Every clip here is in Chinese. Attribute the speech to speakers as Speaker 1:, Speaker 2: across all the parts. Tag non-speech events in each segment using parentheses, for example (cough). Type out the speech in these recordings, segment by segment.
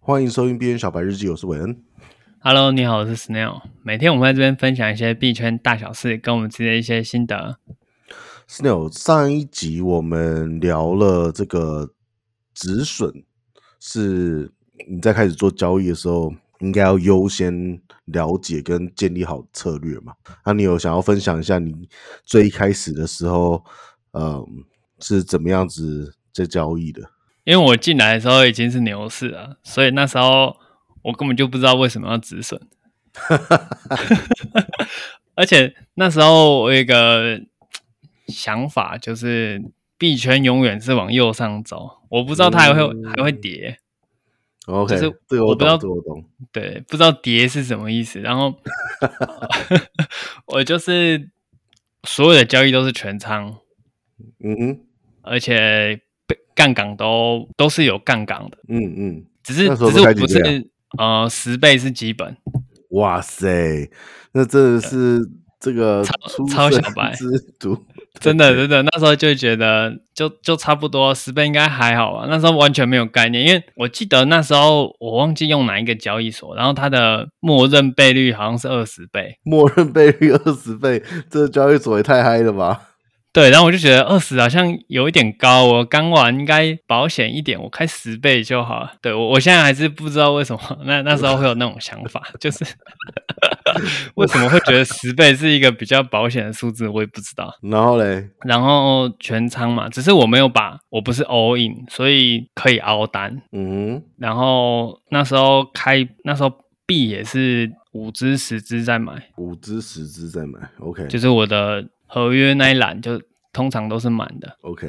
Speaker 1: 欢迎收听币圈小白日记，我是韦恩。
Speaker 2: Hello，你好，我是 Snail。每天我们在这边分享一些币圈大小事，跟我们自己的一些心得。
Speaker 1: Snail，上一集我们聊了这个止损，是你在开始做交易的时候，应该要优先了解跟建立好策略嘛？那你有想要分享一下你最一开始的时候，呃，是怎么样子在交易的？
Speaker 2: 因为我进来的时候已经是牛市了，所以那时候我根本就不知道为什么要止损。而且那时候我有一个想法，就是币圈永远是往右上走，我不知道它还会、
Speaker 1: 嗯
Speaker 2: 还会跌。
Speaker 1: OK，
Speaker 2: 就是
Speaker 1: 这个
Speaker 2: 我
Speaker 1: 我
Speaker 2: 不知道
Speaker 1: 懂，这个我懂。
Speaker 2: 对，不知道跌是什么意思。然后 (laughs) 我就是所有的交易都是全仓，
Speaker 1: 嗯哼，
Speaker 2: 而且被杠杆都都是有杠杆的，
Speaker 1: 嗯嗯，
Speaker 2: 只是
Speaker 1: 那时候
Speaker 2: 只
Speaker 1: 都
Speaker 2: 是我
Speaker 1: 开几
Speaker 2: 不
Speaker 1: 倍啊
Speaker 2: 是呃十倍是基本，
Speaker 1: 哇塞，那真的是这个
Speaker 2: 超
Speaker 1: 出
Speaker 2: 超小
Speaker 1: 生
Speaker 2: 白
Speaker 1: 之毒，
Speaker 2: 真的真的那时候就觉得就就差不多十倍应该还好吧，那时候完全没有概念，因为我记得那时候我忘记用哪一个交易所，然后它的默认倍率好像是二十倍，
Speaker 1: 默认倍率二十倍， (laughs) 这交易所也太嗨了吧！
Speaker 2: 对，然后我就觉得二十好像有一点高，我刚玩应该保险一点，我开十倍就好了。对我，我现在还是不知道为什么那那时候会有那种想法，就是 (laughs) 为什么会觉得十倍是一个比较保险的数字，我也不知道。
Speaker 1: 然后嘞，
Speaker 2: 然后全仓嘛，只是我没有把我不是 all in，所以可以凹单。
Speaker 1: 嗯哼，
Speaker 2: 然后那时候开那时候币也是五只十只在买，
Speaker 1: 五只十只再买，OK，
Speaker 2: 就是我的合约那一栏就通常都是满的。
Speaker 1: OK，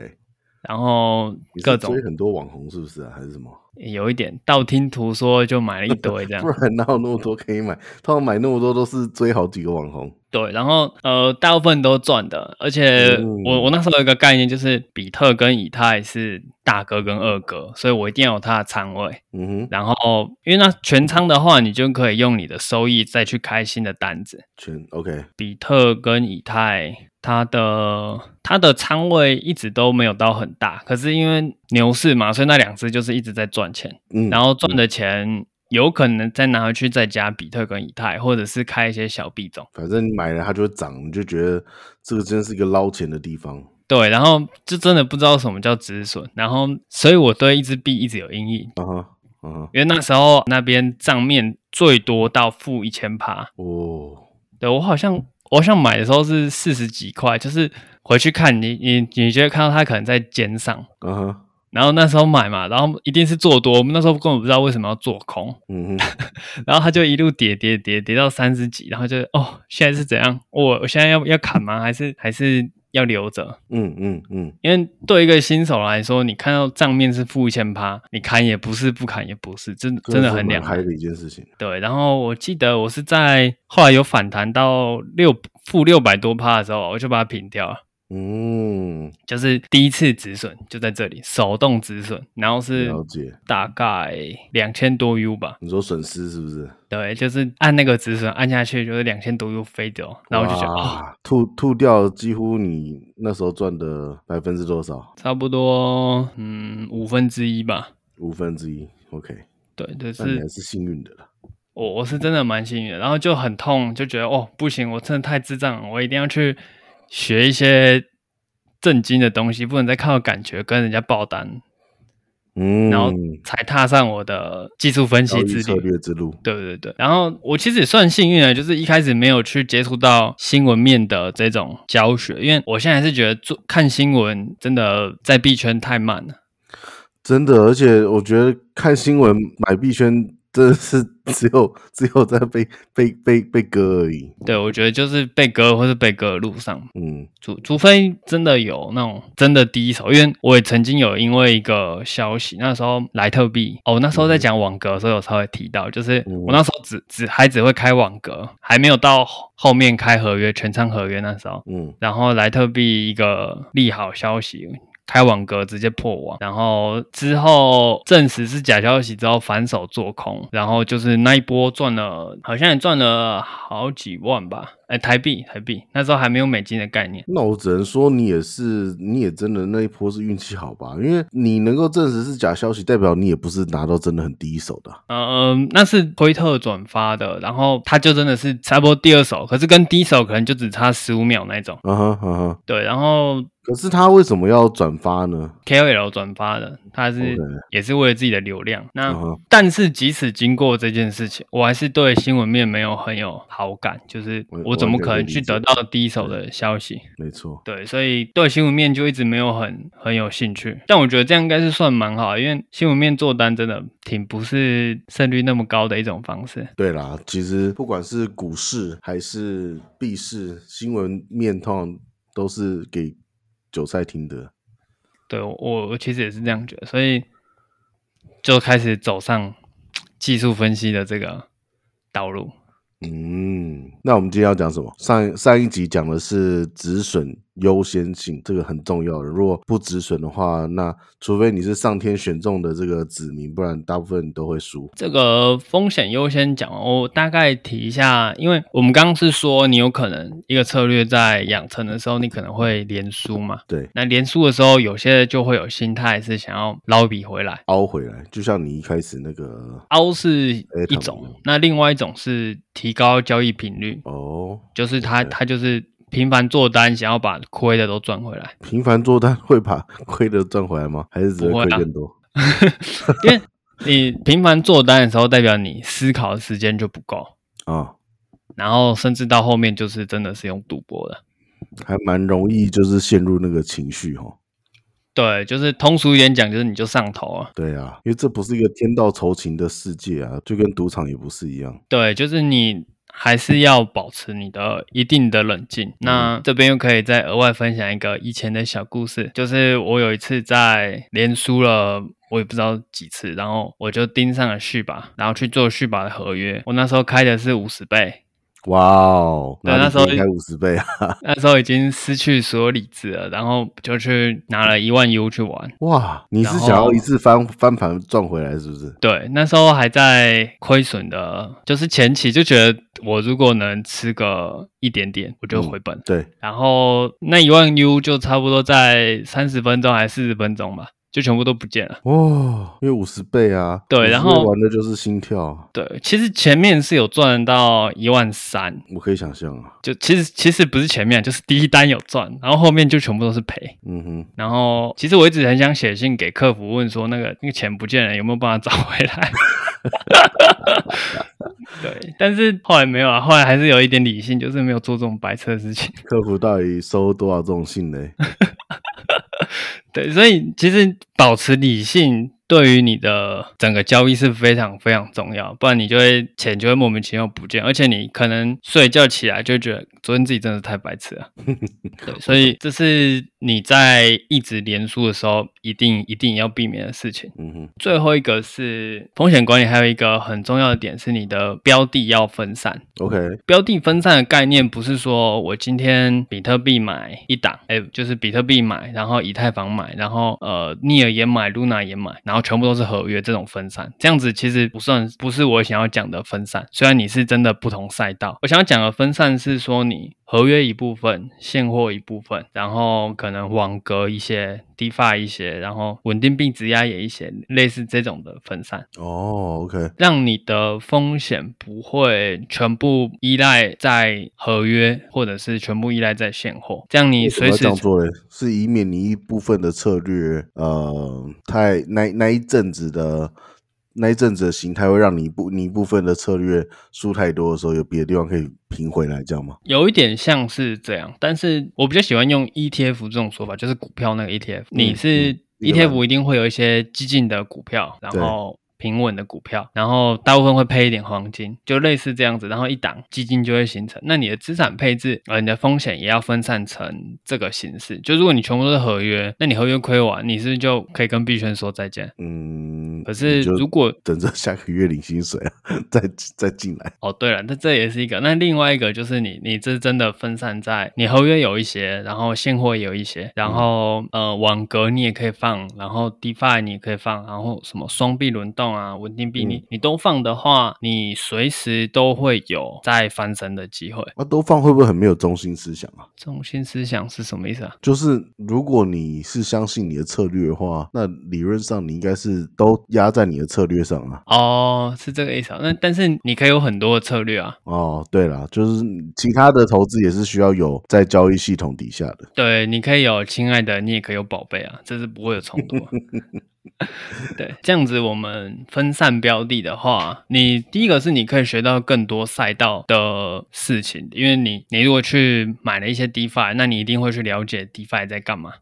Speaker 2: 然后
Speaker 1: 你是
Speaker 2: 各种
Speaker 1: 追很多网红是不是啊？还是什么？
Speaker 2: 有一点道听途说就买了一堆这
Speaker 1: (laughs)
Speaker 2: 样
Speaker 1: 不。然哪有那么多可以买？通常买那么多都是追好几个网红。
Speaker 2: 对，然后呃，大部分都赚的，而且
Speaker 1: 嗯
Speaker 2: 我我那时候有一个概念就是，比特跟以太是大哥跟二哥，所以我一定要有它的仓位。
Speaker 1: 嗯哼，
Speaker 2: 然后因为那全仓的话，你就可以用你的收益再去开新的单子。
Speaker 1: 全 OK，
Speaker 2: 比特跟以太，它的它的仓位一直都没有到很大，可是因为牛市嘛，所以那两只就是一直在赚钱。
Speaker 1: 嗯，
Speaker 2: 然后赚的钱有可能再拿回去再加比特跟以太，或者是开一些小币种。
Speaker 1: 反正你买了它就会涨，你就觉得这个真是一个捞钱的地方。
Speaker 2: 对，然后就真的不知道什么叫止损，然后所以我对一只币一直有阴影，
Speaker 1: 啊哈，啊哈，
Speaker 2: 因为那时候那边账面最多到负一千趴，
Speaker 1: 哦，
Speaker 2: 对我好像我好像买的时候是四十几块，就是回去看你你你就会看到它可能在肩上，
Speaker 1: 啊哈，
Speaker 2: 然后那时候买嘛，然后一定是做多，我们那时候根本不知道为什么要做空，
Speaker 1: 嗯哼。
Speaker 2: 然后他就一路跌跌跌跌到三十几，然后就哦，现在是怎样？我我现在要要砍吗？还是还是要留着？
Speaker 1: 嗯嗯嗯，
Speaker 2: 因为对一个新手来说，你看到账面是负一千趴，你砍也不是，不砍也不是，真 (laughs) 真的
Speaker 1: 是
Speaker 2: 很
Speaker 1: 蛮
Speaker 2: 两
Speaker 1: 嗨
Speaker 2: 难。
Speaker 1: 的一件事情。
Speaker 2: 对，然后我记得我是在后来有反弹到六负六百多趴的时候，我就把它平掉了。
Speaker 1: 嗯，
Speaker 2: 就是第一次止损就在这里，手动止损，然后是
Speaker 1: 了解。
Speaker 2: 大概两千多 U 吧，
Speaker 1: 你说损失是不是？
Speaker 2: 对，就是按那个止损按下去，就是两千多又飞走，然后我就觉得哦，
Speaker 1: 哇吐吐掉几乎你那时候赚的百分之多少？
Speaker 2: 差不多嗯五分之一吧。
Speaker 1: 五分之一。OK，
Speaker 2: 对，就
Speaker 1: 那你还
Speaker 2: 是
Speaker 1: 是幸运的了。
Speaker 2: 我我是真的蛮幸运的，然后就很痛，就觉得哦不行，我真的太智障了，我一定要去学一些正经的东西，不能再靠感觉跟人家爆单，
Speaker 1: 嗯，
Speaker 2: 然后才踏上我的技术分
Speaker 1: 交
Speaker 2: 析
Speaker 1: 易
Speaker 2: 之
Speaker 1: 策
Speaker 2: 旅。
Speaker 1: 略之路。
Speaker 2: 对对对，然后我其实也算幸运的，就是一开始没有去接触到新闻面的这种教学，因为我现在是觉得做看新闻真的在币圈太慢了。
Speaker 1: 真的，而且我觉得看新闻买币圈真的是 (laughs) 只有只有在被被被被割而已。
Speaker 2: 对，我觉得就是被割或是被割的路上，
Speaker 1: 嗯
Speaker 2: 除除非真的有那种真的第一手，因为我也曾经有因为一个消息，那时候莱特币哦，那时候在讲网格的时候有稍微提到，就是我那时候只只还只会开网格，还没有到后后面开合约全仓合约那时候，
Speaker 1: 嗯
Speaker 2: 然后莱特币一个利好消息，开网格直接破网，然后之后证实是假消息之后反手做空，然后就是那一波赚了，好像也赚了好几万吧。哎，台币台币，那时候还没有美金的概念。
Speaker 1: 那我只能说你也是，你也真的那一波是运气好吧？因为你能够证实是假消息，代表你也不是拿到真的很第一手的啊、
Speaker 2: 嗯、嗯，那是推特转发的，然后他就真的是差不多第二首，可是跟第一首可能就只差十五秒那一种。
Speaker 1: 啊哈啊哈。
Speaker 2: 对，然后
Speaker 1: 可是他为什么要转发呢？
Speaker 2: KOL 转发的，他是
Speaker 1: OK
Speaker 2: 也是为了自己的流量。那、
Speaker 1: 嗯哼
Speaker 2: 但是即使经过这件事情，我还是对新闻面没有很有好感，就是
Speaker 1: 我
Speaker 2: 我怎么
Speaker 1: 完全
Speaker 2: 可
Speaker 1: 可以
Speaker 2: 能去
Speaker 1: 理解
Speaker 2: 得到第一手的消息？
Speaker 1: 没错，
Speaker 2: 对，所以对新闻面就一直没有很很有兴趣。但我觉得这样应该是算蛮好的，因为新闻面做单真的挺不是胜率那么高的一种方式。
Speaker 1: 对啦，其实不管是股市还是币市，新闻面通常都是给韭菜听的。
Speaker 2: 对我我我其实也是这样觉得，所以就开始走上技术分析的这个道路。
Speaker 1: 嗯，那我们今天要讲什么？上上一集讲的是止损优先性，这个很重要的。如果不止损的话，那除非你是上天选中的这个子民，不然大部分都会输。
Speaker 2: 这个风险优先讲完，我大概提一下，因为我们刚刚是说你有可能一个策略在养成的时候，你可能会连输嘛。
Speaker 1: 对，
Speaker 2: 那连输的时候，有些就会有心态是想要捞一笔回来，
Speaker 1: 凹回来，就像你一开始那个
Speaker 2: 凹是一
Speaker 1: 哎
Speaker 2: 种，那另外一种是提高交易频率，
Speaker 1: 哦，
Speaker 2: 就是他他就是频繁做单，想要把亏的都赚回
Speaker 1: (laughs)
Speaker 2: 来。
Speaker 1: 频繁做单会把 (laughs) 亏的赚回来吗？还是只
Speaker 2: 不会
Speaker 1: 会
Speaker 2: 啊
Speaker 1: 亏更多？
Speaker 2: 因为你频繁做单的时候，代表你思考的时间就不够，
Speaker 1: 啊，
Speaker 2: 然后甚至到后面就是真的是用赌博的。
Speaker 1: 还蛮容易就是陷入那个情绪哦。
Speaker 2: 对，就是通俗一点讲，就是你就上头啊。
Speaker 1: 对啊，因为这不是一个天道酬勤的世界啊，就跟赌场也不是一样。
Speaker 2: 对，就是你还是要保持你的一定的冷静。那这边又可以再额外分享一个以前的小故事，就是我有一次在连输了。我也不知道几次，然后我就盯上了续保，然后去做续保的合约。我那时候开的是五十倍，
Speaker 1: 哇哦，
Speaker 2: 对啊
Speaker 1: 哪里
Speaker 2: 那时候
Speaker 1: 可以开五十倍啊！ (laughs)
Speaker 2: 那时候已经失去所有理智了，然后就去拿了一万 U 去玩。
Speaker 1: 哇，你是
Speaker 2: 然后
Speaker 1: 想要一次翻翻盘赚回来是不是？
Speaker 2: 对，那时候还在亏损的，就是前期就觉得我如果能吃个一点点，我就回本。
Speaker 1: 对，
Speaker 2: 然后那一万 U 就差不多在三十分钟还是四十分钟吧，就全部都不见了。
Speaker 1: 哦，因为五十倍啊，
Speaker 2: 对
Speaker 1: 50
Speaker 2: 然后
Speaker 1: 倍玩的就是心跳啊，
Speaker 2: 对，其实前面是有赚到一万三，
Speaker 1: 我可以想象啊，
Speaker 2: 就其实其实不是前面，就是第一单有赚，然后后面就全部都是赔。
Speaker 1: 嗯哼，
Speaker 2: 然后其实我一直很想写信给客服问说，那个那个钱不见了，有没有办法找回来？ (laughs) 对，但是后来没有啊，后来还是有一点理性，就是没有做这种白痴的事情。
Speaker 1: 客服到底收多少这种信呢？
Speaker 2: 对，所以其实保持理性对于你的整个交易是非常非常重要，不然你就会钱就会莫名其妙不见，而且你可能睡觉起来就觉得昨天自己真的是太白痴了。 (laughs) 对，所以这是你在一直连输的时候，一定一定要避免的事情。
Speaker 1: 嗯哼，
Speaker 2: 最后一个是风险管理，还有一个很重要的点是你的标的要分散。
Speaker 1: ，OK，
Speaker 2: 标的分散的概念不是说我今天比特币买一档，哎，就是比特币买，然后以太坊买，然后呃，尼尔也买，Luna 也买，然后全部都是合约这种分散，这样子其实不算不是我想要讲的分散。虽然你是真的不同赛道，我想要讲的分散是说你合约一部分，现货一部分，然后可能网格一些，DeFi 一些，然后稳定币质押也一些，类似这种的分散。
Speaker 1: 哦，OK，
Speaker 2: 让你的风险不会全部依赖在合约，或者是全部依赖在现货，这样你
Speaker 1: 为什么
Speaker 2: 随
Speaker 1: 要
Speaker 2: 时
Speaker 1: 这样做嘞？是以免你一部分的策略，呃，太那那一阵子的那一阵子的形态会让你一部你一部分的策略输太多的时候，有别的地方可以平回来，这样吗？
Speaker 2: 有一点像是这样，但是我比较喜欢用 ETF 这种说法，就是股票那个 ETF，、你是
Speaker 1: 嗯一个
Speaker 2: ETF 一定会有一些激进的股票，然
Speaker 1: 对
Speaker 2: 后。平稳的股票，然后大部分会配一点黄金，就类似这样子，然后一档基金就会形成。那你的资产配置，呃，你的风险也要分散成这个形式。就如果你全部都是合约，那你合约亏完，你是不是就可以跟币圈说再见？
Speaker 1: 嗯，
Speaker 2: 可是如果
Speaker 1: 等着下个月领薪水啊，再再进来。
Speaker 2: 哦，对了，那这也是一个。那另外一个就是你，你这真的分散在你合约有一些，然后现货也有一些，然后、呃网格你也可以放，然后 DeFi 你也可以放，然后什么双币轮动啊、稳定币你、你都放的话，你随时都会有再翻身的机会。
Speaker 1: 那、啊都放会不会很没有中心思想啊？
Speaker 2: 中心思想是什么意思啊？
Speaker 1: 就是如果你是相信你的策略的话，那理论上你应该是都压在你的策略上啊。
Speaker 2: 哦，是这个意思啊。那但是你可以有很多的策略啊。
Speaker 1: 哦，对啦，就是其他的投资也是需要有在交易系统底下的。
Speaker 2: 对，你可以有亲爱的，你也可以有宝贝啊，这是不会有冲突啊、 (laughs) 对，这样子我们分散标的的话，你第一个是你可以学到更多赛道的事情，因为你你如果去买了一些 DeFi，那你一定会去了解 DeFi 在干嘛，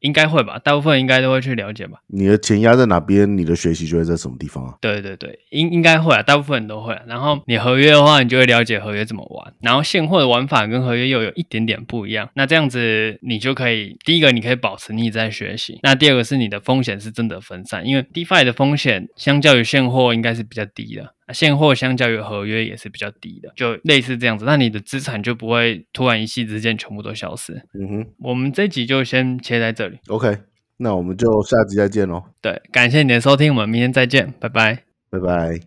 Speaker 2: 应该会吧？大部分应该都会去了解吧？
Speaker 1: 你的钱压在哪边，你的学习就会在什么地方啊。
Speaker 2: 对对对，应应该会啊，大部分人都会、啊。然后你合约的话，你就会了解合约怎么玩，然后现货的玩法跟合约又有一点点不一样。那这样子，你就可以第一个，你可以保持你在学习；那第二个是你的风险是真的分散，因为 DeFi 的风险相较于现货应该是比较低的。啊现货相较于合约也是比较低的，就类似这样子，那你的资产就不会突然一夕之间全部都消失。
Speaker 1: 嗯哼
Speaker 2: 我们这集就先切在这里，
Speaker 1: ，OK，那我们就下集再见喽，
Speaker 2: 对，感谢你的收听，我们明天再见，拜拜。
Speaker 1: 拜拜。